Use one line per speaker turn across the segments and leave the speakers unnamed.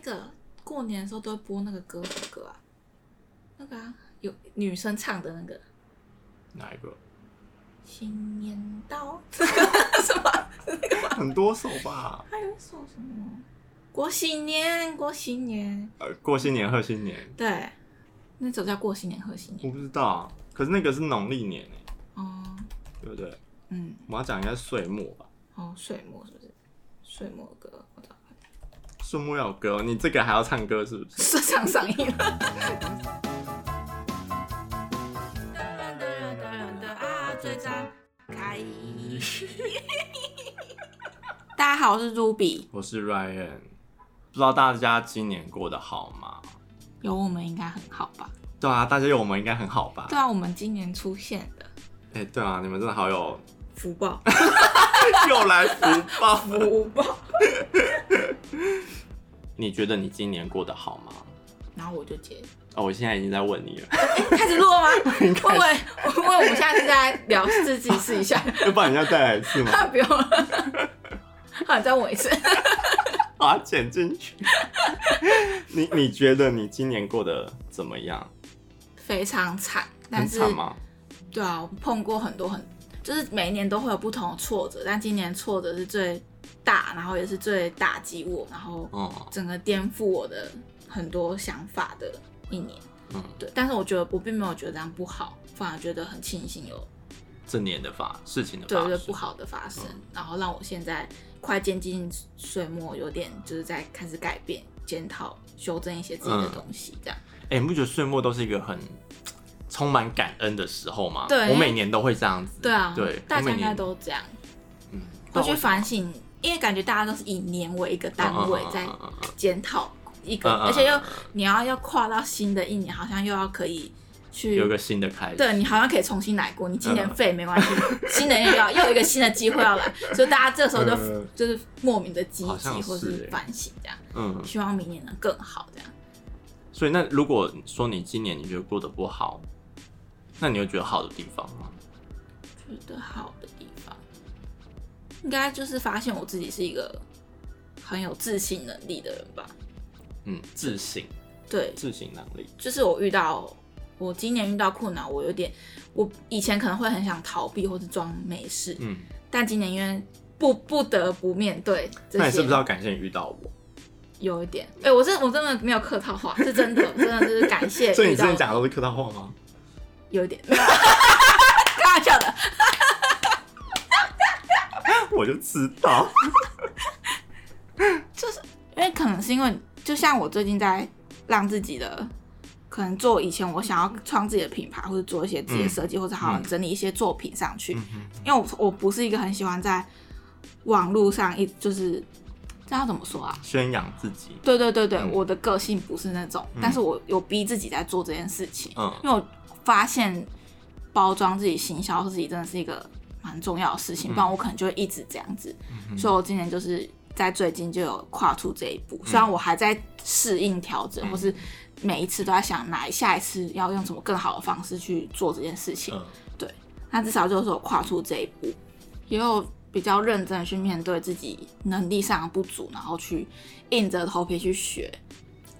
个过年的时候都会播那个歌什么歌啊？那个啊，有女生唱的那个《
哪一个？
新年到》， 什么？
很多首吧。
还有一首什么？过新年，过新年，
呃，过新年贺新年，
对，那首叫《过新年贺新年
我不知道，可是那个是农历年诶，》。
哦，
对不对？
嗯，
我们要讲应该是岁末吧。
哦，水墨是不是？水墨的歌，我找看，
岁末要有歌，你这个还要唱歌是不是？
市场上映了。大家好，我是 Ruby，
我是 Ryan，不知道大家今年过得好吗？
有我们应该很好吧？
对啊，大家有我们应该很好吧？
对啊，我们今年出现的
哎、对啊，你们真的好 有，
福报，
又来福报。
福报。
你觉得你今年过得好吗？
然后我就接，
哦，我现在已经在问你了，
开始录了吗？
你
我
看
以，为我以为我们现在是在聊自己试一下，
要 不然你要再来一次吗？
不用了。好，你再问我一次。
把它剪进去。 你你觉得你今年过得怎么样？
非常惨，
很
但是
惨吗？
对啊，我碰过很多很，就是每一年都会有不同的挫折，但今年挫折是最大，然后也是最打击我，然后
哦，
整个颠覆我的很多想法的一年。
嗯，
对，但是我觉得我并没有觉得这样不好，反而觉得很庆幸有
这年的发事情的
对
发
对
生嗯
不好的发生，然后让我现在快接近岁末，有点就是在开始改变、检讨、修正一些自己的
嗯
东西，这样。
哎、你不觉得岁末都是一个很充满感恩的时候吗？
对
我每年都会这样子。
对啊，
对，
大
我
家
每
应该
年
都这样，
嗯，
会去
我
反省，因为感觉大家都是以年为一个单位
嗯嗯嗯嗯
在
嗯嗯
检讨一个，
嗯嗯嗯
而且又
嗯
你要要跨到新的一年，好像又要可以去
有一个新的开始。
对你好像可以重新来过，你今年
嗯
废没关系，新的又要又有一个新的机会要来，所以大家这时候就、
嗯
就是莫名的积
好像
极
是
或
欸
反省这样，
嗯，
希望明年能更好这样。
所以那如果说你今年你觉得过得不好，那你有觉得好的地方吗？
觉得好的地方，应该就是发现我自己是一个很有自信能力的人吧。
嗯，自省，
对，
自省能力。
就是我遇到我今年遇到困难，我有点，我以前可能会很想逃避或是装没事，
嗯，
但今年因为不不得不面对这
那你
些，
是不是要感谢你遇到我？
有一点？哎、我是我真的没有客套话，是真的，真的就是感谢
所以
遇
你之
到
前讲的都是客套话吗？
有一点， 开玩笑的，
我就知道。
因为可能是因为，就像我最近在让自己的，可能做以前我想要创自己的品牌，或者做一些
嗯
自己的设计，或者好好整理一些作品上去。因为我我不是一个很喜欢在网络上一就是，这要怎么说啊？
宣扬自己。
对对对对，
嗯
我的个性不是那种，但是我有逼自己在做这件事情，
嗯
因为我发现包装自己、行销自己真的是一个蛮重要的事情，不然我可能就会一直这样子。所以我今年就是在最近就有跨出这一步，虽然我还在适应调整，或是每一次都在想哪下一次要用什么更好的方式去做这件事情，
嗯，
那至少就是我跨出这一步，也有比较认真的去面对自己能力上的不足，然后去硬着头皮去学。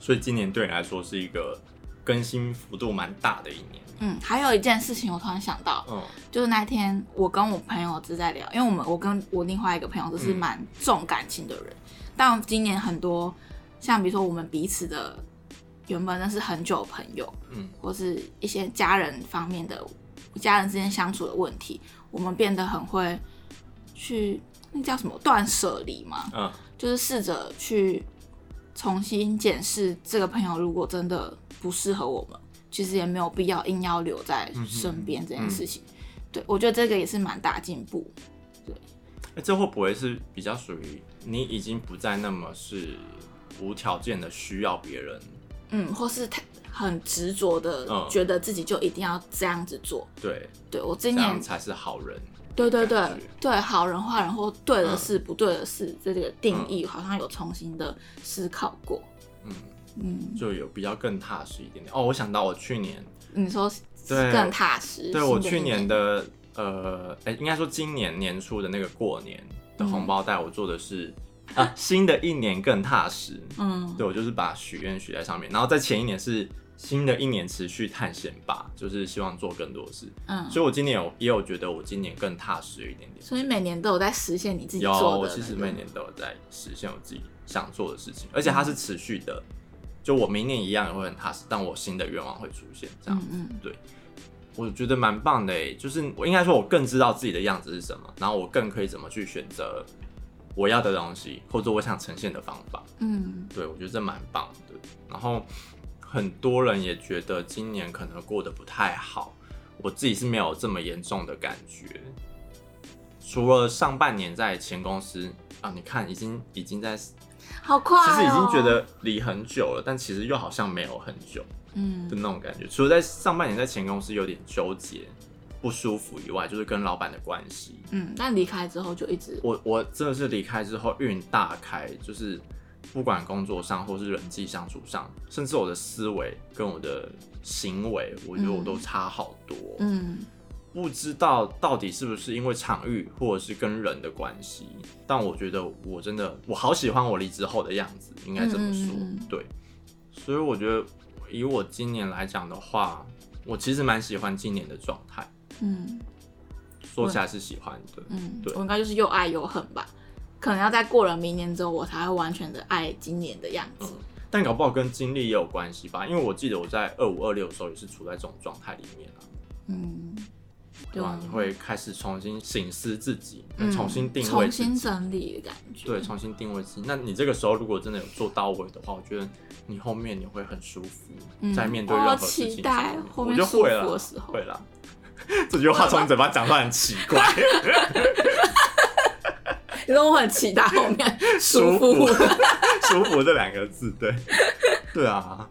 所以今年对你来说是一个更新幅度蛮大的一年。
嗯，还有一件事情我突然想到，
嗯
就是那天我跟我朋友是在聊，因为我们我跟我另外一个朋友都是蛮重感情的人，但今年很多像比如说我们彼此的原本认识很久的朋友，
嗯，
或是一些家人方面的家人之间相处的问题，我们变得很会去那叫什么断舍离嘛，
嗯，
就是试着去重新检视这个朋友，如果真的不适合我们，其实也没有必要硬要留在
嗯
身边这件事情。对我觉得这个也是蛮大进步。
哎、这会不会是比较属于你已经不再那么是无条件的需要别人？
嗯，或是他很执着的、
嗯
觉得自己就一定要这样子做。
对，
对我
这
今
样
年，
才是好人。
对对对
感觉
对，好人坏人或对的
嗯
事、不对的事，这个定义好像有重新的思考过。
嗯，
嗯，
就有比较更踏实一点点。哦，我想到我去年，
你说
对
更踏实？
对我
新的一
去年的
嗯
呃，哎、应该说今年年初的那个过年的红包袋，我做的是啊，新的一年更踏实。
嗯，
对我就是把许愿许在上面，然后在前一年是新的一年持续探险吧，就是希望做更多事。
嗯，
所以我今年有也有觉得我今年更踏实一点点。
所以每年都有在实现你自己
有，啊
做
我
的那个。
其实每年都有在实现我自己想做的事情，而且它
嗯
是持续的。就我明年一样也会很踏实，但我新的愿望会出现，这样
嗯嗯，
我觉得蛮棒的诶。就是我应该说，我更知道自己的样子是什么，然后我更可以怎么去选择我要的东西，或者我想呈现的方法。
嗯，
对，我觉得这蛮棒的。然后很多人也觉得今年可能过得不太好，我自己是没有这么严重的感觉。除了上半年在前公司啊，你看已经已经在，其
好快、哦，
实已经觉，得离很久了，但其实又好像没有很久
嗯
的那种感觉。除了在上半年在前公司有点纠结、不舒服以外，就是跟老板的关系，
嗯，但离开之后就一直，
我我真的是离开之后运大开，就是不管工作上或是人际相处上，甚至我的思维跟我的行为，我觉得我都差好多。
嗯
不知道到底是不是因为场域或者是跟人的关系，但我觉得我真的我好喜欢我离职后的样子，应该这么说。
嗯嗯嗯嗯
对，所以我觉得以我今年来讲的话，我其实蛮喜欢今年的状态，
嗯
说起来是喜欢的。
嗯，
对
我应该就是又爱又恨吧。可能要在过了明年之后，我才会完全的爱今年的样子。
但搞不好跟经历也有关系吧，因为我记得我在二五二六的时候也是处在这种状态里面啊，
嗯，
对吧
啊？
你会开始重新醒思自己，
嗯
重新定位
重
自
新
己，
整理的感觉。
对，重新定位自己。那你这个时候如果真的有做到位的话，我觉得你后面你会很舒服，
嗯
在面对
我
任
好
何事
期
情上
待
面，
后
我
面
就
舒
会
服的
了，
时候
会。了。 这句话从你嘴巴讲出来很奇怪，
你说我很期待后面 舒服。，
服 舒服这两个字，对，对啊，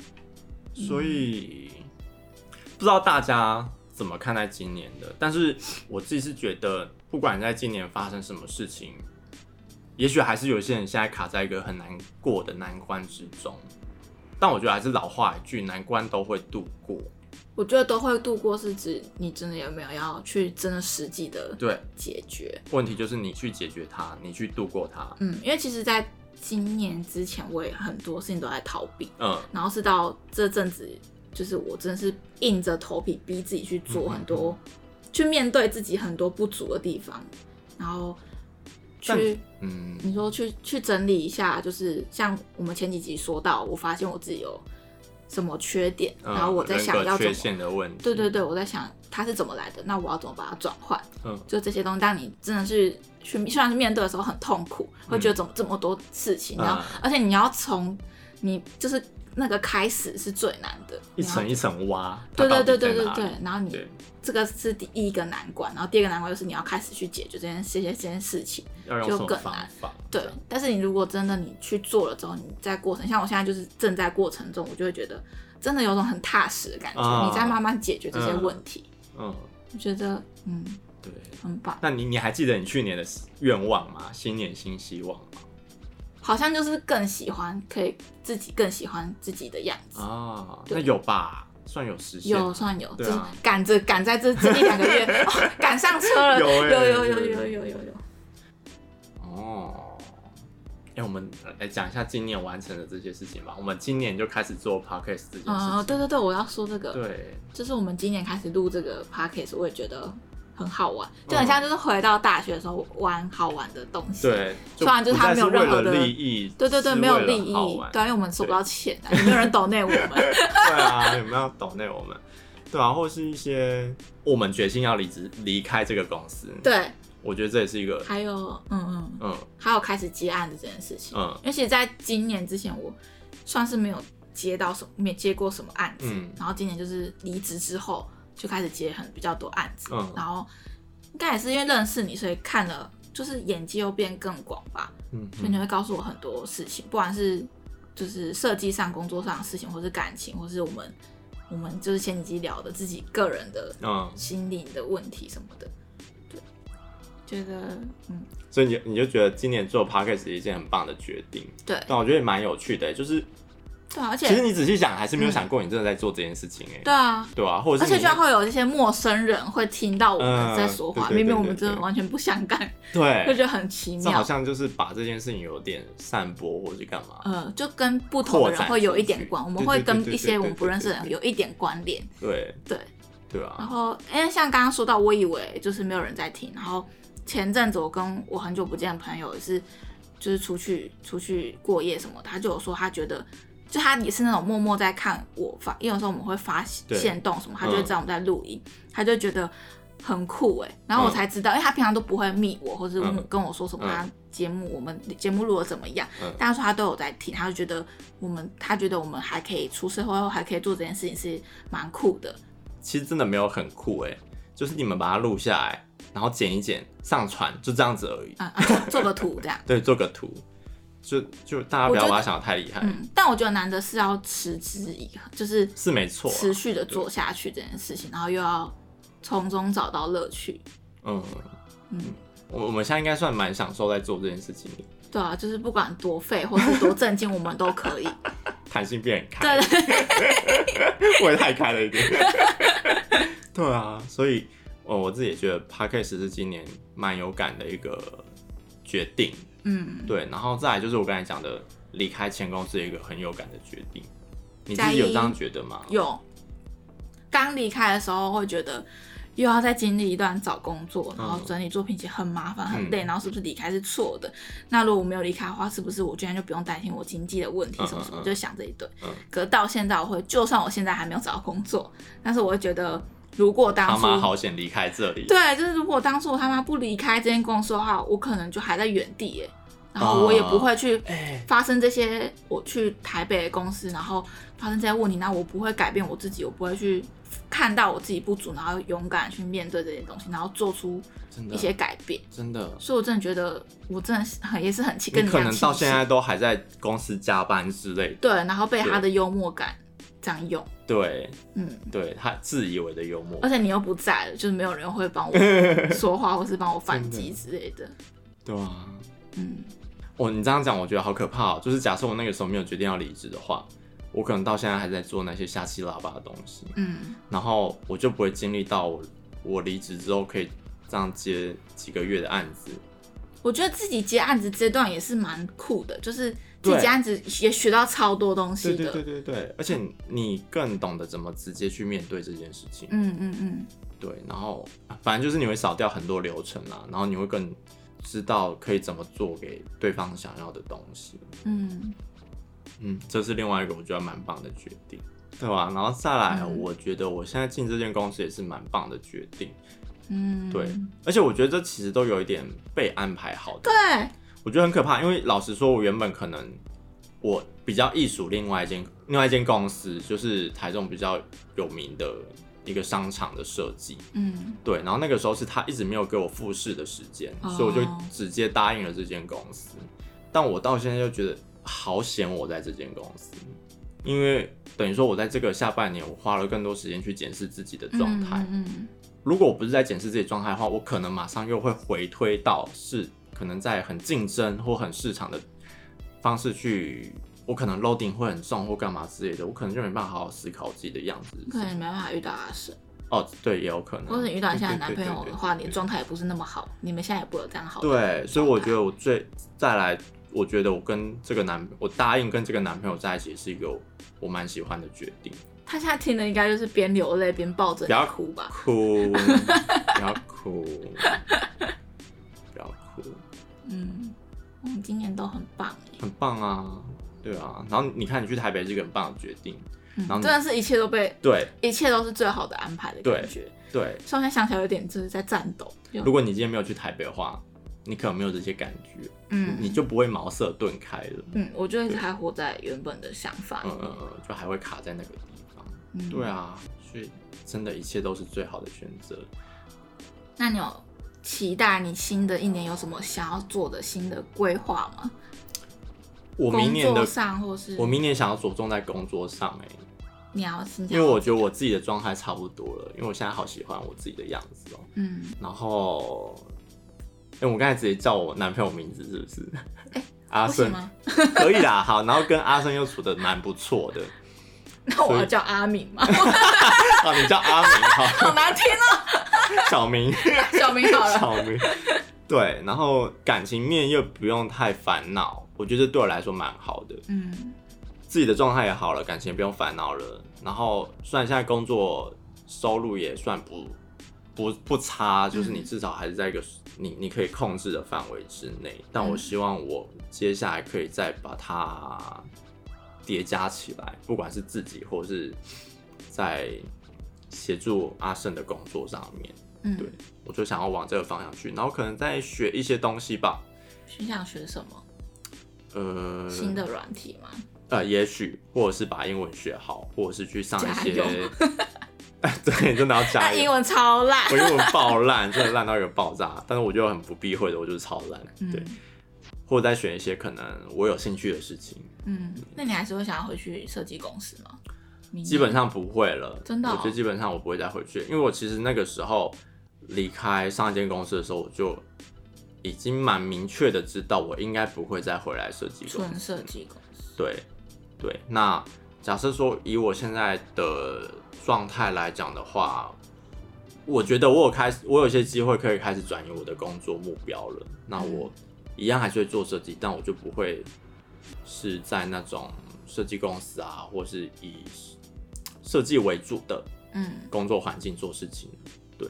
所以、不知道大家怎么看待今年的，但是我自己是觉得，不管在今年发生什么事情，也许还是有些人现在卡在一个很难过的难关之中，但我觉得还是老话一句，难关都会度过，
我觉得都会度过，是指你真的有没有要去真的实际的
对，
解决。
问题就是你去解决它，你去度过它，
嗯，因为其实，在今年之前，我也很多事情都在逃避，
嗯，
然后是到这阵子，就是我真的是硬着头皮逼自己去
嗯嗯
做很多，去面对自己很多不足的地方，然后
但
去
嗯，
你说去去整理一下，就是像我们前几集说到，我发现我自己有什么缺点，
嗯
然后我在
人
想
格
要怎
缺
么。
陷嗯的问题，
对对对，我在想它是怎么来的，那我要怎么把它转换？
嗯
就这些东西，当你真的是去，虽然是面对的时候很痛苦，会觉得怎么这么多事情，
嗯
然后、而且你要从你就是那个开始是最难的，
一层
然后
一层挖，它
对
到
对
底
对
在
对对
哪里
对，然后你
对，
这个是第一个难关，然后第二个难关就是你要开始去解决这件这些这件事情。
要用
就
什么
更
方
难
法？
对
这样，
但是你如果真的你去做了之后，你在过程，像我现在就是正在过程中，我就会觉得真的有种很踏实的感觉，
啊
你在慢慢解决这些
嗯
问题，
嗯，
我觉得嗯
对。
很棒。
那你你还记得你去年的愿望吗？新年新希望吗？
好像就是更喜欢，可以自己更喜欢自己的样子。
啊，
对
那有吧，算有实现。
有算有，
对
就是
啊
赶着赶在这这一两个月哦赶、上车了，
有欸
有有有
有
有
有
有有有，
哦。哎、我们来讲一下今年完成的这些事情吧。我们今年就开始做 podcast 这件事情。
嗯，对对对，我要说这个，
对，
就是我们今年开始录这个 podcast，我也觉得很好玩，就很像就是回到大学的时候玩好玩的东西，
对，
虽然就是
不
它
再
没有任何
为了
的
利益，
对对对，
是
没有
为了
利益，
好玩
对啊，因为我们收不到钱啊，也没有人抖内我们，
对啊，有没有懂内我们？对啊，或是一些我们决心要离职离开这个公司。，
对，
我觉得这也是一个，
还有嗯嗯，
嗯
还有开始接案的这件事情，
嗯
而且在今年之前，我算是没有接到什么，没接过什么案子。
嗯
然后今年就是离职之后，就开始接很比较多案子。
嗯
然后应该也是因为认识你，所以看了就是眼界又变更广吧，
嗯，
所以你会告诉我很多事情，不管是就是设计上、工作上的事情，或是感情，或是我们我们就是前几集聊的自己个人的
嗯，
心灵的问题什么的。对，觉得嗯，
所以你你就觉得今年做 podcast 是一件很棒的决定，欸
对
但我觉得也蛮有趣的，就是
对啊，而
其实
且
你仔细想，还是没有想过你真的在做这件事情哎、
对啊，
对啊，或者
而
是
且
你
居然会有一些陌生人会听到我们在说话，
嗯对对对
明明我们
对对
真的完全不相 干，就
对，
觉得很奇
这好
妙。
像就是把这件事情有点散播或者干嘛，
呃，就跟不同的
扩
人
展
会有一点
出去
关，我们
对
会
对对
跟
对
一些
对
我们
对
不认识的
对
人
对
有一点关联。
对
对，哦
对
然
啊，
后因为像刚刚说到，我以为就是没有人在听，然后前阵子我跟我很久不见的朋友也是，就是出去出去过夜什么，他就有说他觉得。就他也是那种默默在看我发，因为有时候我们会发
对
现动什么，他
嗯
就会知道我们在录音，他就觉得很酷哎、然后我
嗯
才知道，因为他平常都不会密我，或是问我
嗯
跟我说什么
嗯
他节目我们节目录的怎么样，
嗯
但他说他都有在听，他就觉得我们他觉得我们还可以出社会后还可以做这件事情是蛮酷的，
其实真的没有很酷哎、就是你们把它录下来，然后剪一剪，上传，就这样子而已。
啊、啊，做做个图这样。
对，做个图，就就大家不
我
要
觉
把它
得
想的太厉害，
嗯，但我觉得难的是要持之以恒，就是
是没错啊、
持续的做下去这件事情，然后又要从中找到乐趣。
嗯
嗯，
我我们现在应该算蛮享受在做这件事情的，
对啊，就是不管多废或是多 震惊，我们都可以。
弹性变很开，
对 对，
我也太开了一点。对啊，所以我我自己也觉得 p a c k a g e 是今年蛮有感的一个决定。
嗯，
对，然后再来就是我刚才讲的，离开前公司一个很有感的决定。你自
加
己
一
有这样觉得吗？
有。刚离开的时候会觉得又要再经历一段找工作，然后
嗯
整理作品集很麻烦很累，然后是不是离开是错的？那如果我没有离开的话，是不是我居然就不用担心我经济的问题什么什
嗯嗯
么？
嗯
就想这一堆。
嗯
可是到现在我会，就算我现在还没有找到工作，但是我会觉得，如果当
他妈
初
好险离开这里。
对，就是如果当初我他妈不离开这间公司的话，我可能就还在原地耶，然后我也不会去
哎，
发生这些，我去台北的公司，然后发生这些问题，那我不会改变我自己，我不会去看到我自己不足，然后勇敢去面对这些东西，然后做出
真
一些
的，
改变。
真的，
所以，我真的觉得，我真的是很也是很气，
你
跟一
可
样
能到
气
现
死
在都还在公司加班之类的。
对，然后被他
对
的幽默感这样用，
对，
嗯，
对他自以为的幽默
而。且你又不在了，就是没有人会帮 我说话，或是帮我反击之类的。
对啊，
嗯，
哦，你这样讲，我觉得好可怕哦。就是假设我那个时候没有决定要离职的话，我可能到现在还在做那些瞎七拉八的东西，
嗯，
然后我就不会经历到我我离职之后可以这样接几个月的案子。
我觉得自己接案子这段也是蛮酷的，就是自己
对
接案子也学到超多东西
对
的。
对对对对，而且你更懂得怎么直接去面对这件事情。
嗯嗯嗯，
对，然后啊反正就是你会少掉很多流程啦，然后你会更知道可以怎么做给对方想要的东西。
嗯，
嗯，这是另外一个我觉得蛮棒的决定，对吧、然后再来，
嗯
我觉得我现在进这间公司也是蛮棒的决定，
嗯，
对而且我觉得这其实都有一点被安排好的，
对，
我觉得很可怕，因为老实说，我原本可能我比较艺术另外一间另外一间公司，就是台中比较有名的一个商场的设计，
嗯
对，然后那个时候是他一直没有给我复试的时间，
哦
所以我就直接答应了这间公司。但我到现在就觉得好险，我在这间公司，因为等于说我在这个下半年，我花了更多时间去检视自己的状态。
嗯嗯
如果我不是在检视自己状态的话，我可能马上又会回推到是可能在很竞争或很市场的方式去，我可能 loading 会很重或干嘛之类的，我可能就没办法好好思考自己的样子是
嗯
什
可
么。
能你没办法遇到阿神，
哦，对，也有可能。
或者你遇到你现在的男朋
对对对
友的
对对
话，你的状态也不是那么好，你们现在也不会有这样好的状态。
对，所以我觉得我最再来，我觉得我跟这个男，我答应跟这个男朋友在一起是一个我我蛮喜欢的决定。
他现在听的应该就是边流泪边抱着
不要
你哭吧。
哭， 不要哭，不要哭，
嗯，我们今年都很棒欸耶
很棒啊，对啊。然后你看，你去台北是一个很棒的决定，
嗯
然后
真
你
的是一切都被
对
一切都是最好的安排的
对
感觉。
对。
所以我现在想起来有点就是在战斗。
如果你今天没有去台北的话，你可能没有这些感觉，
嗯
你就不会茅塞顿开了。
嗯，我觉得还活在原本的想法里
嗯嗯
面。
嗯，就还会卡在那个地方。
嗯
对。啊，所以真的一切都是最好的选择。
那你有期待你新的一年有什么想要做的新的规划吗？
我
工
明年的
作上或是
我明年想要着重在工作上哎、
你要新加
因为我觉得我自己的状态差不多了，因为我现在好喜欢我自己的样子哦、欸
嗯，
然后，哎、我刚才直接叫我男朋友名字是不是？ 阿
不行
胜
吗？
可以啦，好，然后跟阿胜又处的蛮不错的。
那我
所
要
以
叫阿敏吗？
啊，你叫阿明好，
好难听 啊！
小明，
小明好了，
小明，对，然后感情面又不用太烦恼，我觉得对我来说蛮好的，
嗯，
自己的状态也好了，感情也不用烦恼了。然后虽然现在工作收入也算不不不差，就是你至少还是在一个你你可以控制的范围之内，但我
嗯
希望我接下来可以再把它叠加起来，不管是自己或是在协助阿胜的工作上面。
嗯
对，我就想要往这个方向去，然后可能再学一些东西吧。
你想学什么
呃，
新的软体吗？
呃，也许或者是把英文学好，或者是去上一些
加油，
对，真的要
那
加
英
油。
文超烂
我。英文爆烂，真的烂到一个爆炸，但是我就很不避讳的，我就是超烂，对。
嗯
或者再选一些可能我有兴趣的事情，
嗯，那你还是会想要回去设计公司吗？明年
基本上不会了。
真的哦
我觉得基本上我不会再回去，因为我其实那个时候离开上一间公司的时候，我就已经蛮明确的知道我应该不会再回来设计公司。
纯设计公司，
对，对。那假设说以我现在的状态来讲的话，我觉得我有开始，我有一些机会可以开始转移我的工作目标了。那我一样还是会做设计，但我就不会是在那种设计公司啊，或是以设计为主的
嗯
工作环境做事情。对，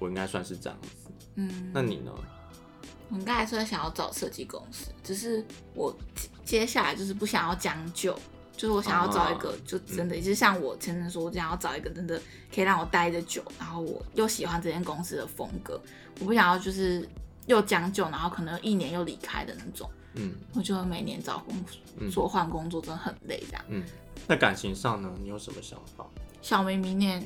我应该算是这样子。
嗯。
那你呢？
我应该还是会想要找设计公司，只是我接接下来就是不想要将就，就是我想要找一个
啊
就真的，就是像我前面说，我想要找一个真的可以让我待得久，然后我又喜欢这间公司的风格，我不想要就是又将就，然后可能一年又离开的那种。
嗯
我觉得每年找工
嗯
作换工作真的很累，这样。
嗯，那感情上呢？你有什么想法？
小明明年，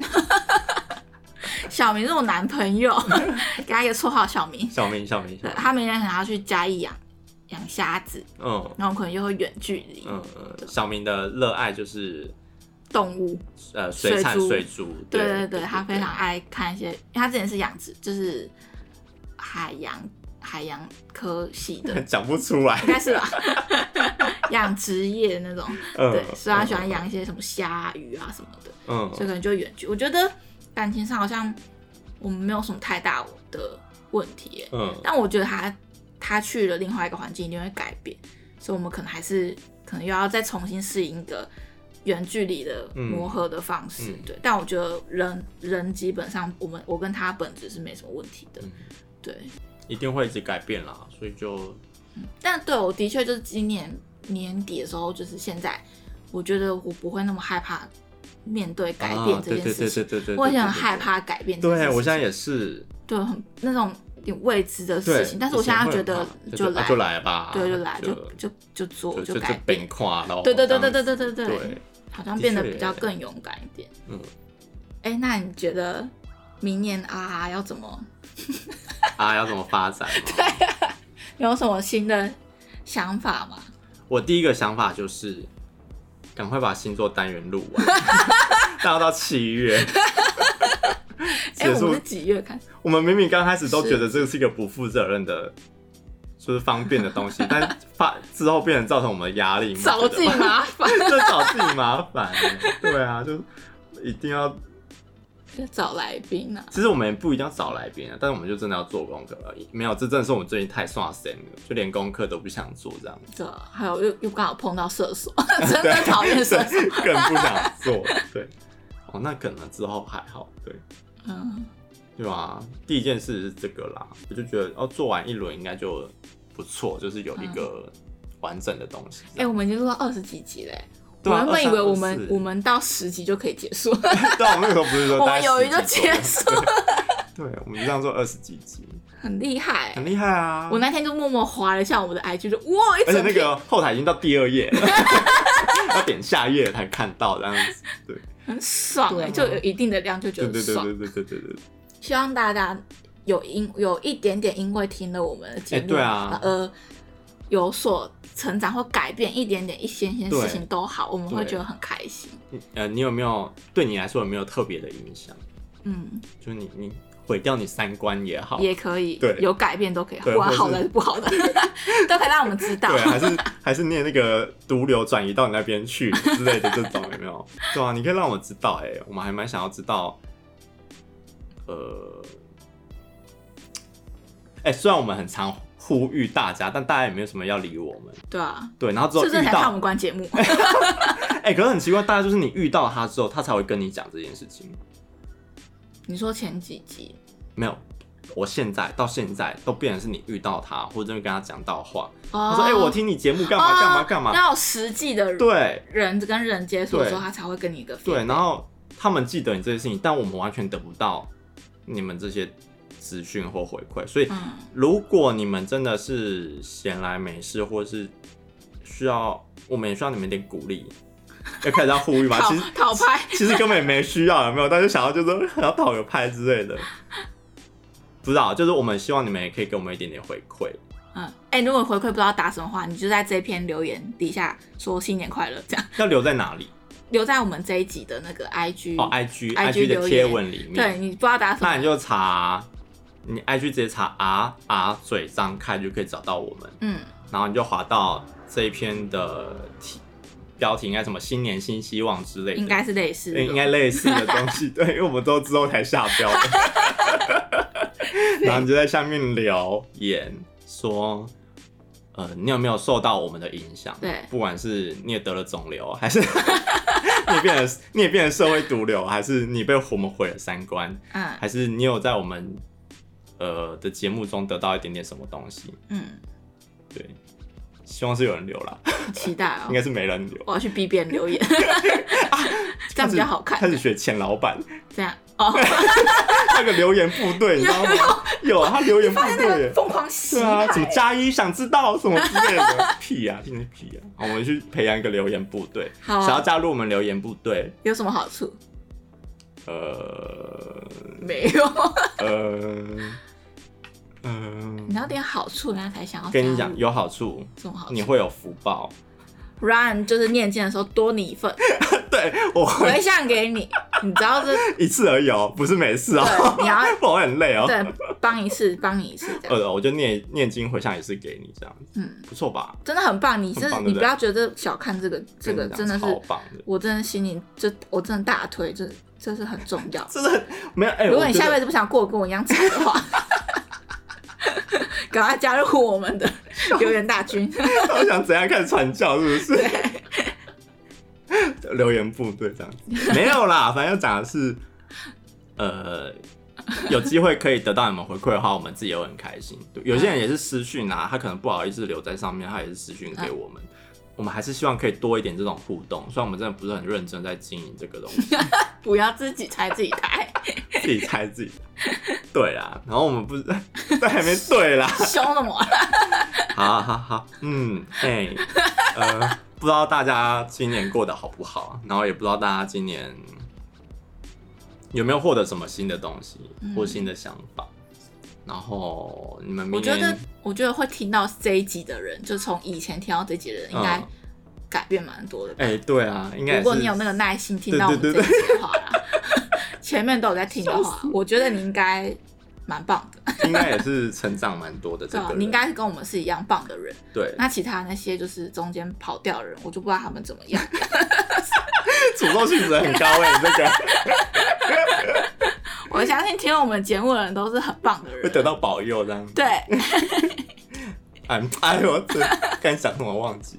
小明是我男朋友， 给他一个绰号小明。
小明，小明，小
对
明，
他明年可能要去嘉义养养虾子，
嗯。
然后可能就会远距离、
嗯，呃小明的热爱就是
动物。
呃水产
水
水族，
对
对
对对，他非常爱看一些，因为他之前是养殖，就是海洋海洋科系 的，应
讲不出来，
该是吧？养殖业那种，
嗯
对，啊所以他喜欢养一些什么虾鱼啊什么的。
嗯
所以可能就远距。我觉得感情上好像我们没有什么太大的问题耶，
嗯
但我觉得他他去了另外一个环境一定会改变，所以我们可能还是可能又要再重新适应一个远距离的
嗯
磨合的方式。
嗯
对，但我觉得人人基本上我们我跟他本质是没什么问题的。
嗯
对，
一定会一直改变啦，所以就
但对我的确就是今年年底的时候，就是现在，我觉得我不会那么害怕面对改变
啊
这件
对
事
对对
情。
对对对，
我以
对
前很害。怕改变这
对
件事
对对，
情，
我现在也是，
对很那种有未知的
对
事情，但是我现在觉得
以
就
前会很怕
来，
啊就来吧，
对，就来，就
就
就就做，
就
改
变
变，
垮了，
对对对
这样
对对
子
对对对，
对，
好像
的
变得
确
比较
耶
更勇敢一点。
嗯，
哎，那你觉得明年啊要怎么？
啊，要怎么发展嘛？
有什么新的想法吗？
我第一个想法就是，赶快把星座单元录 完，大概到七月。
哎，
结
我
束
们是几月开始？
我们明明刚开始都觉得这个是一个不负责任的，就是方便的东 西，但发之后变成造成我们的压力，你不
找
觉
自
得
己
吗？
麻烦，
这找自己麻烦，对啊，就一定要。
就找来宾啊。
其实我们也不一定要找来宾啊，但是我们就真的要做功课而已。没有，这真的是我们最近太刷神了，就连功课都不想做这样。
这还有又又刚好碰到射 手，真的讨厌射手。
对更不想做。对，哦，那可能之后还好，对，
嗯，
对吧？第一件事是这个啦，我就觉得哦，做完一轮应该就不错，就是有一个完整的东西。
嗯哎、我们已经录到二十几集嘞、
对
我
啊
原本以为我们
23
我们到十集就可以结束，
对啊，我们那时候不是说
我
大
们
概
友
10
谊就
集左
结
右，
束，
对，我们就这样做二十几集，
很厉害、
很厉害啊
我。那天就默默划了一下我们的 IG，就哇，一
而且
整
那
篇、
个后台已经到第二页 了，要点下页才看到这样子。对，
很爽哎、
对啊
就有一定的量就觉
对
得
对对
爽。
对对对对对。
希望大家有因有一点点因为听了我们的节目，
哎对啊
呃，有所成长或改变一点点一些些事情
对
都好，我们会
对
觉得很开心。
呃，你有没有对你来说有没有特别的影响？
嗯，
就是你你毁掉你三观也好，
也可以
对，
有改变都可以，不
对
管
或是
好的还是不好 的，都可以让我们知道
对，。啊还是 还是念那个毒瘤转移到你那边去之类的这种，有没有？对啊，你可以让我知道、哎，我们还蛮想要知道，呃，哎、虽然我们很常呼吁大家，但大家也没有什么要理我们。
对啊，
对，然后之
是
后
不是
遇
很看我
到，
们关节目？
哎、可是很奇怪，大家就是你遇到他之后，他才会跟你讲这件事情。
你说前几集，
没有，我现在到现在都变成是你遇到他，或者跟他讲到话，
他
他说：“哎、我听你节目干嘛干嘛干嘛。
哦要有实际的
对，
人跟人接触的时候，
对
他才会跟你一个
对，
feedback
然后他们记得你这些事情，但我们完全得不到你们这些资讯或回馈。所以，
嗯，
如果你们真的是闲来没事，或是需要，我们也需要你们一点鼓励。要开始要呼吁 吗？
讨
其实
讨拍，
其实根本也没需要，有没有？但是想要就是要讨个拍之类的，不知道。就是我们希望你们也可以给我们一点点回馈。
嗯，哎、如果回馈不知道打什么话，你就在这篇留言底下说新年快乐，这样
要留在哪里？
留在我们这一集的那个 IG，、
哦，IG
IG
的
留
贴
言
文里面。
对你不知道打什
那你
么，
就查，你 IG 直接查 R R 嘴张开就可以找到我们，
嗯，
然后你就滑到这一篇的题标题应该什么新年新希望之类的，
应该是类似的，
应应该类似的东 西，对，因为我们都之后才下标的，然后你就在下面留言说，呃，你有没有受到我们的影响？
对
不管是你也得了肿瘤，还是 你也变成你也变成社会毒瘤，还是你被我们毁了三观，
嗯
还是你有在我们呃的节目中得到一点点什么东西？
嗯，
对，希望是有人留啦，
期待哦
应，该是没人留，
我要去逼别人 留言， 这样比较好看
开，始学钱老板
这样哦，
那个留言部 队，你知道吗？有他留言部
发现那
队
个
耶。
疯狂洗
对啊，什
牌，
么加一想知道什么之类 的，屁呀、啊，听着屁呀、好我们去培养一个留言部队，
好啊
想要加入我们留言部队，
有什么好处？
呃
没有，
呃呃，
你要点好处，人家才想要
跟你
加入
讲有好处，
这种好
你
处，
会有福报。
不然就是念经的时候多你一份
对我会
回向给你，你知道这
一次而已哦，不是每次哦
对，你要
我很累哦。
对帮一次帮你一次这样，
呃，我就念念经回向也是给你这样，
嗯，
不错吧？
真的很棒，你这
很棒对
你
不对
不要觉得小看这个这个
跟你
真
讲
的
超
是，
棒的，
我真的心里这我真的大推，这这是很重要。
真的很没有哎。
如果你
我觉
下
得
辈子不想过得跟我一样惨的话，赶快加入我们的留言大军。
我想怎样看传教是不是？留言部队这样子没有啦，反正要讲的是，呃，有机会可以得到你们回馈的话，我们自己也会很开心。对有些人也是私讯啊，他可能不好意思留在上面，他也是私讯给我们。我们还是希望可以多一点这种互动，虽然我们真的不是很认真在经营这个东西，
不要自己拆自己台，
自己猜自己。对啦，然后我们不是在还没对啦，
凶什么？
好好好，嗯，哎，呃，不知道大家今年过得好不好，然后也不知道大家今年有没有获得什么新的东西或新的想法，然后你们
我
明
觉得
年，
我觉得会听到这一集的人，就从以前听到这集的人，应该
嗯
改变蛮多的吧。
哎、对啊，应该也
如果
是
你有那个耐心听到我们
对
这
对
一
对
集的话 啦，前面都有在听的话，我觉得你应该蛮棒的，
应该也是成长蛮多的这
对
嗯个
吧？
人，
你应该跟我们是一样棒的人。
对，
那其他那些就是中间跑掉的人，我就不知道他们怎么样。
诅咒性质很高哎、你这个
我相信听我们节目的人都是很棒的
会
人，
得到保佑这样。
对，
哎哎呦，这刚想什么忘记。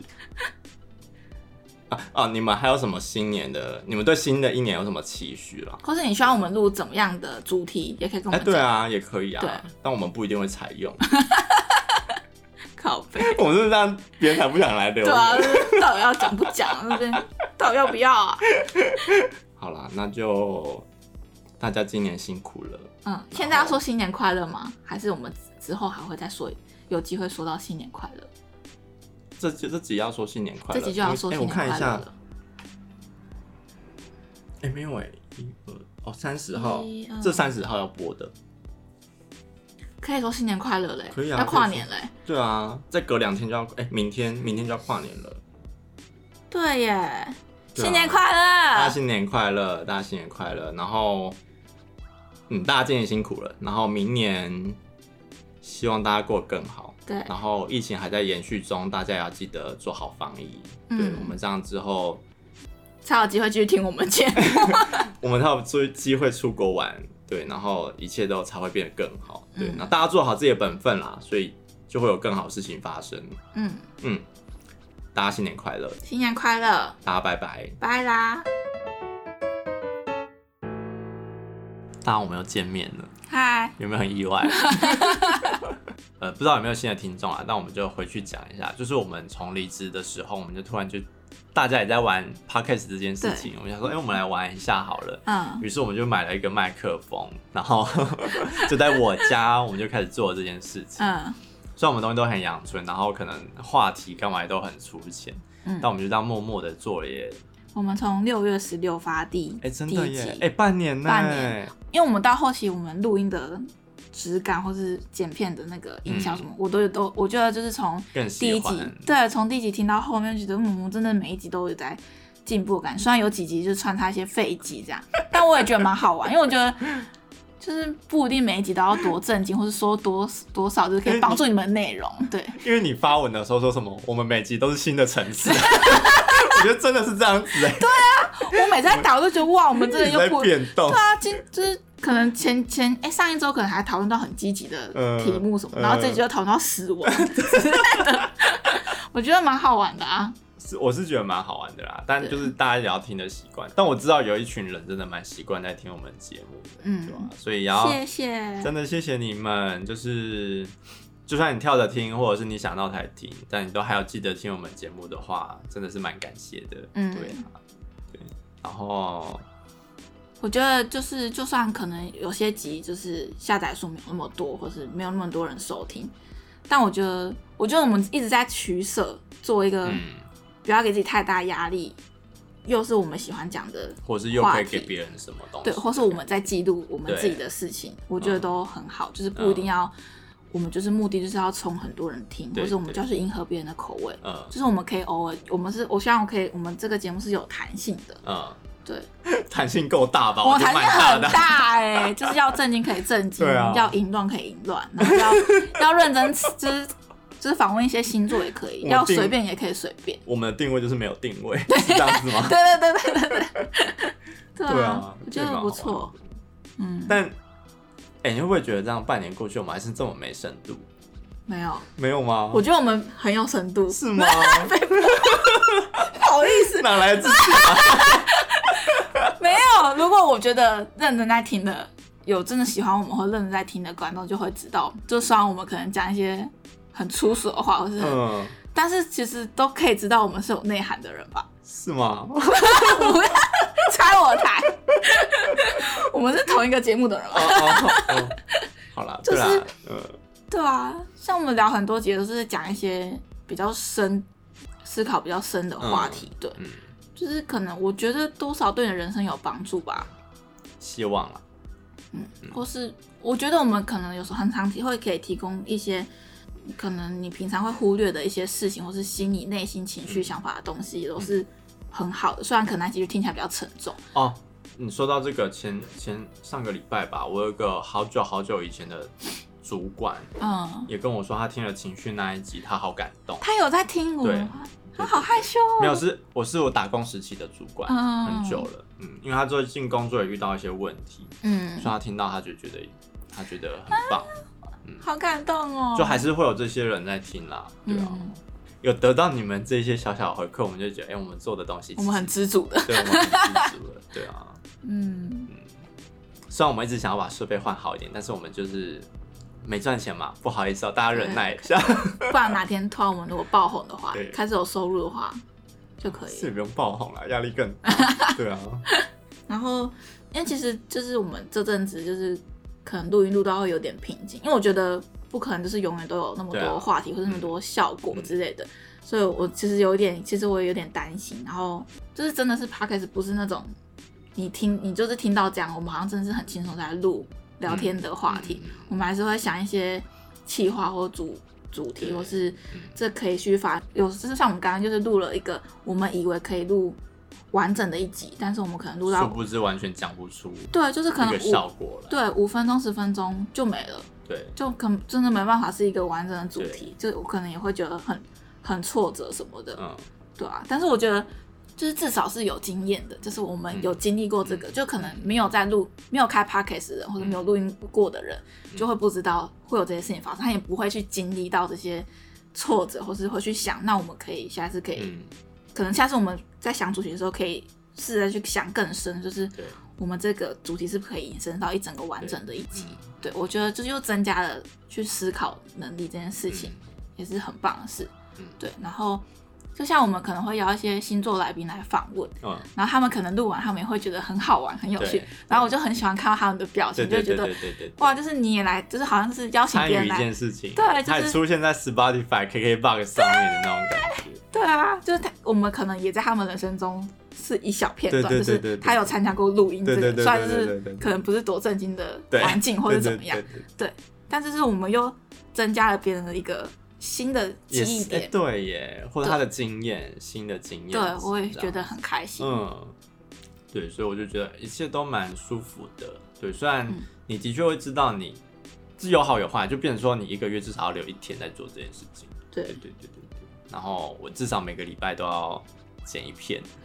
啊啊！你们还有什么新年的？你们对新的一年有什么期许啦？
或是你需要我们录怎么样的主题，也可以跟我
哎、
们
对
讲。
啊，也可以
对
啊，但我们不一定会采用。
靠背，
我们是这样，别人才不想来留
对
言。
啊，就是到底要讲不讲？那边 到底要不要啊？
好啦，那就大家今年辛苦了。
嗯，现在要说新年快乐吗？还是我们之后还会再说，有机会说到新年快乐？
这这这集要说新年快
这
乐，
集就要说
哎、
新
我
年快
看一
乐
下，
了。
哎、没有哎、一二哦，三十号
一二，
这三十号要播的。
可以说新年快乐嘞，
可以啊
要跨
可以说
年嘞。
对啊，再隔两天就要哎、明天明天就要跨年了。
对耶，
对啊
新年快
大家
乐！
新年快乐，大家新年快乐。然后嗯，大家今年辛苦了，然后明年希望大家过得更好。
对
然后疫情还在延续中，大家也要记得做好防疫。
嗯
对我们这样之后，
才有机会继续听我们节目。
我们才有出机会出国玩，对，然后一切都才会变得更好。对，
嗯
那、大家做好自己的本分啦，所以就会有更好的事情发生。
嗯，
嗯，大家新年快乐，
新年快乐，
大家拜拜。
拜啦！
大家我们又见面了，
嗨，
有没有很意 外？呃，不知道有没有新的听众啊？那我们就回去讲一下，就是我们从离职的时候，我们就突然就大家也在玩 podcast 这件事情，我们想说，哎、我们来玩一下好了。
嗯，
于是我们就买了一个麦克风，然后 就在我家，我们就开始做这件事情。
嗯，
虽然我们东西都很阳春，然后可能话题干嘛也都很粗浅，
嗯
但我们就这样默默的做了耶。
我们从六月十六发第，
哎、真的
第一
耶！哎
集、
半年呢、
半年因为我们到后期我们录音的质感或是剪片的那个音效什么，我都有都我觉得就是从
更
第
喜
一
欢
集，对，从第一集听到后面，觉得嗯，真的每一集都有在进步感。虽然有几集就是穿插一些废集 这样，但我也觉得蛮好玩，因为我觉得。就是不一定每一集都要多震惊，或是说多多少，就是可以帮助你们的内 容。对，
因为你发文的时候说什么，我们每集都是新的层 次，我觉得真的是这样子、欸，
我每次在打，我就觉得哇，我们真的
一直
又
在
不
变动
对。啊，今就是可能前前哎、上一周可能还讨论到很积极的
嗯
题目什么，
嗯
然后这一集就讨论到死亡之类的，我觉得蛮好玩的啊。
是我是觉得蛮好玩的啦，但
对
就是大家也要听的习惯。但我知道有一群人真的蛮习惯在听我们节目的，
嗯
对吧、所以也要
谢谢，
真的谢谢你们，就是就算你跳着听，或者是你想到才听，但你都还要记得听我们节目的话，真的是蛮感谢的。
嗯
对啊，对，然后
我觉得就是就算可能有些集就是下载数没有那么多，或是没有那么多人收听，但我觉得我觉得我们一直在取舍，做一个
嗯，
不要给自己太大压力，又是我们喜欢讲的。
或者是又可以
话题
给别人什么东西，
对，或是我们在记录我们
对
自己的事
嗯
情，我觉得都很好，就是不一定要，我们就是目的就是要冲很多人听，
对
或是我们就是迎合别人的口味，
嗯
就是我们可以偶尔，我们是我希望我可以，我们这个节目是有弹性的，
嗯。
对，
弹性够大吧？
我
我
们
觉
弹
得
性
哦蛮大
很
的。
大哎、 就是要正经可以正经，
对啊
要淫乱可以淫乱，然后 要要认真，就是就是访问一些星座也可以，
我
要
定
随便也可以随便，
我们的定位就是没有定 位，是这样子吗？
对对对对对对，对
对啊
我觉得不错，嗯，
但，哎、你会不会觉得这样半年过去，我们还是这么没深度？
没有，
没有吗？
我觉得我们很有深度，
是 吗？
不好意思，
哪来的自信啊？
没有。如果我觉得认真在听的，有真的喜欢我们或认真在听的观众就会知道，就虽然我们可能讲一些很粗俗的话，或是很，
嗯，
但是其实都可以知道我们是有内涵的人吧。
是吗？哦
不要 拆我台，我们是同一个节目的人
哦
吧？
哦哦，好啦，
就是
对啦，呃，
对啊，像我们聊很多节都是讲一些比较深、思考比较深的话题，对，
嗯，
就是可能我觉得多少对你的人生有帮助吧。
希望啦，
或是我觉得我们可能有时候很常会可以提供一些可能你平常会忽略的一些事情，或是心理、内心、情绪、想法的东西，都是很好的。虽然可能那集就听起来比较沉重，
哦。你说到这个前前上个礼拜吧，我有一个好久好久以前的主管
嗯，
也跟我说，他听了情绪那一集，他好感动。
他有在听我
对
们话，他好害羞哦。
没有，是我是我打工时期的主管，
嗯
很久了，嗯，因为他最近工作也遇到一些问题，
嗯
所以，他听到他就觉得他觉得很棒，
好感动哦。
就还是会有这些人在听啦，对啊，
嗯
有得到你们这些小小回馈，我们就觉得，哎、我们做的东西其
我
实，
们很知足的，
对，我们很知足了，对啊，
嗯，
虽然我们一直想要把设备换好一点，但是我们就是没赚钱嘛，不好意思哦，大家忍耐一下，
不然哪天突然我们如果爆红的话
对，
开始有收入的话就可以了
是。不用爆红了，压力更大， 对啊，
然后，因为其实就是我们这阵子就是可能录音录到会有点瓶颈，因为我觉得不可能就是永远都有那么
对啊嗯
多话题、或者那么多效果之类的，所以我其实有一点，其实我也有点担心。然后就是真的是 podcast 不是那种你听你就是听到这样，我们好像真的是很轻松在录聊天的话题，
嗯
我们还是会想一些企划或主。主题
对
或是这可以去发，有就是像我们刚刚就是录了一个我们以为可以录完整的一集，但是我们可能录
殊
到
不知完全讲不出
对，啊就是可
一
能
个
五
效果了。
对五分钟十分钟就没了，
对，
就可能真的没办法是一个完整的主题，就我可能也会觉得很很挫折什么的，
嗯，
对啊。但是我觉得就是至少是有经验的，就是我们
嗯嗯
有经历过这个，就可能没有在录、没有开 podcast 的人或者没有录音过的人，就会不知道会有这些事情发生，他也不会去经历到这些挫折，或是会去想，那我们可以下次可以，
嗯，
可能下次我们在想主题的时候可以。试着去想更深，就是
对，
我们这个主题是不是可以引申到一整个完整的一集。对我觉得这又增加了去思考能力这件事情，也是很棒的事。
嗯
对，然后就像我们可能会邀一些星座来宾来访问，
嗯，
然后他们可能录完，他们也会觉得很好玩、很有趣
对。
然后我就很喜欢看到他们的表情，
对
就
对
会觉
对
得
对对对，
哇，就是你也来，就是好像是邀请
参
别
与
人
一
来
件，事情，
对就是
它也出现在 Spotify、KKBox 上面的那种感觉，
对啊，就是他，我们可能也在他们人生中是一小片段，
对
就
对对
是
对对
他有参加过录音这
对对
个，
对
虽然
对
就
对对对
是
对
可能不是多震惊的
对
环境或者怎么样
对，对对对
但是是我们又增加了别人的一个新的记
也
忆
是，哎
点，
对耶，或者他的经验，新的经验，
对我也
这样
觉得很开心。
嗯，对，所以我就觉得一切都蛮舒服的。对，虽然
嗯
你的确会知道你是有好有坏，就变成说你一个月至少要留一天在做这件事情。对
对，
对对对对。然后我至少每个礼拜都要剪一片，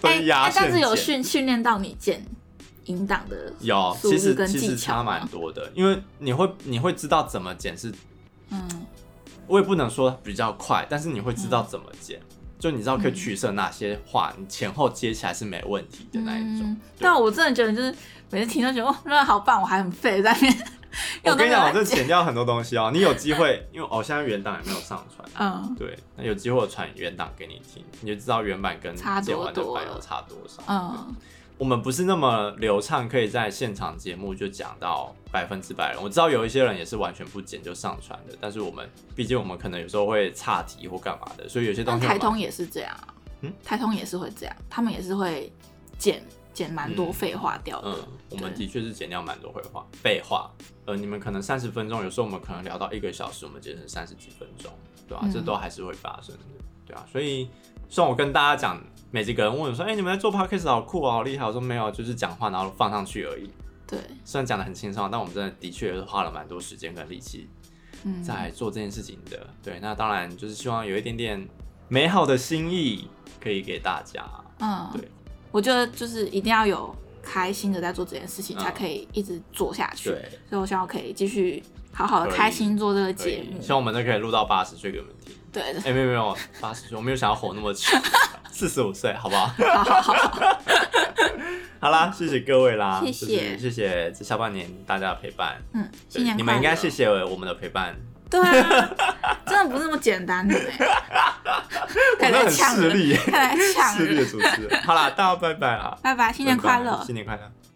都
哎
是压
哎
线
但是有
剪
训训练到你剪引导的
有，
速
其
度
实
跟
其
技
实
巧
差蛮
吗？
多的，因为你会你会知道怎么剪是，
嗯，
我也不能说比较快，但是你会知道怎么剪，就你知道可以取
嗯
舍哪些话，你前后接起来是没问题的那一种。
嗯
对
但我真的觉得就是每次听都觉得哇，那好棒，我还很废在那边。因为
我跟你讲，我
都没有在
这
剪
剪掉很多东西哦。你有机会，因为我、哦、现在原档也没有上传，啊
嗯
对，那有机会我传原档给你听，你就知道原版跟
差
剪完的
多多
版
了
有差多少。
嗯，
我们不是那么流畅，可以在现场节目就讲到百分之百人。我知道有一些人也是完全不剪就上传的，但是我们毕竟我们可能有时候会岔题或干嘛的，所以有些东
但
西
台
我们
通也是这样啊，
嗯
台通也是会这样，他们也是会剪剪蛮多
嗯
废话掉的。
嗯，我们的确是剪掉蛮多废话，废话。呃，你们可能三十分钟，有时候我们可能聊到一个小时，我们剪成三十几分钟，对啊，
嗯
这都还是会发生的，对啊。所以，虽然我跟大家讲，每几个人问我说：“哎、你们在做 podcast 好酷哦，好厉害。”我说没有，就是讲话然后放上去而已。
对，
虽然讲的很轻松，但我们真的的确是花了蛮多时间跟力气
嗯，
在做这件事情的。对，那当然就是希望有一点点美好的心意可以给大家。
嗯，
对，
我觉得就是一定要有开心的在做这件事情，
嗯
才可以一直做下去。
对，
所以我希望可以继续好好的
可以
开心做这个
所
节
以
目。
希望我们都可以录到八十岁给我们听。
对，
哎、没有没有，八十岁，我没有想要活那么久，四十五岁，好不好？
好好好，
好啦，谢谢各位啦，
谢谢
就是谢谢这下半年大家的陪伴，
嗯，新
对
年快乐！
你们应该谢谢我们的陪伴，
对啊，真的不是那么简单的 哎，
我
看
们
来
很
呛
势
人，
利耶，
看来呛
势利的
人。
主持人。好啦，大家拜拜啦，
拜拜，新年
拜拜
快乐！
新年快乐。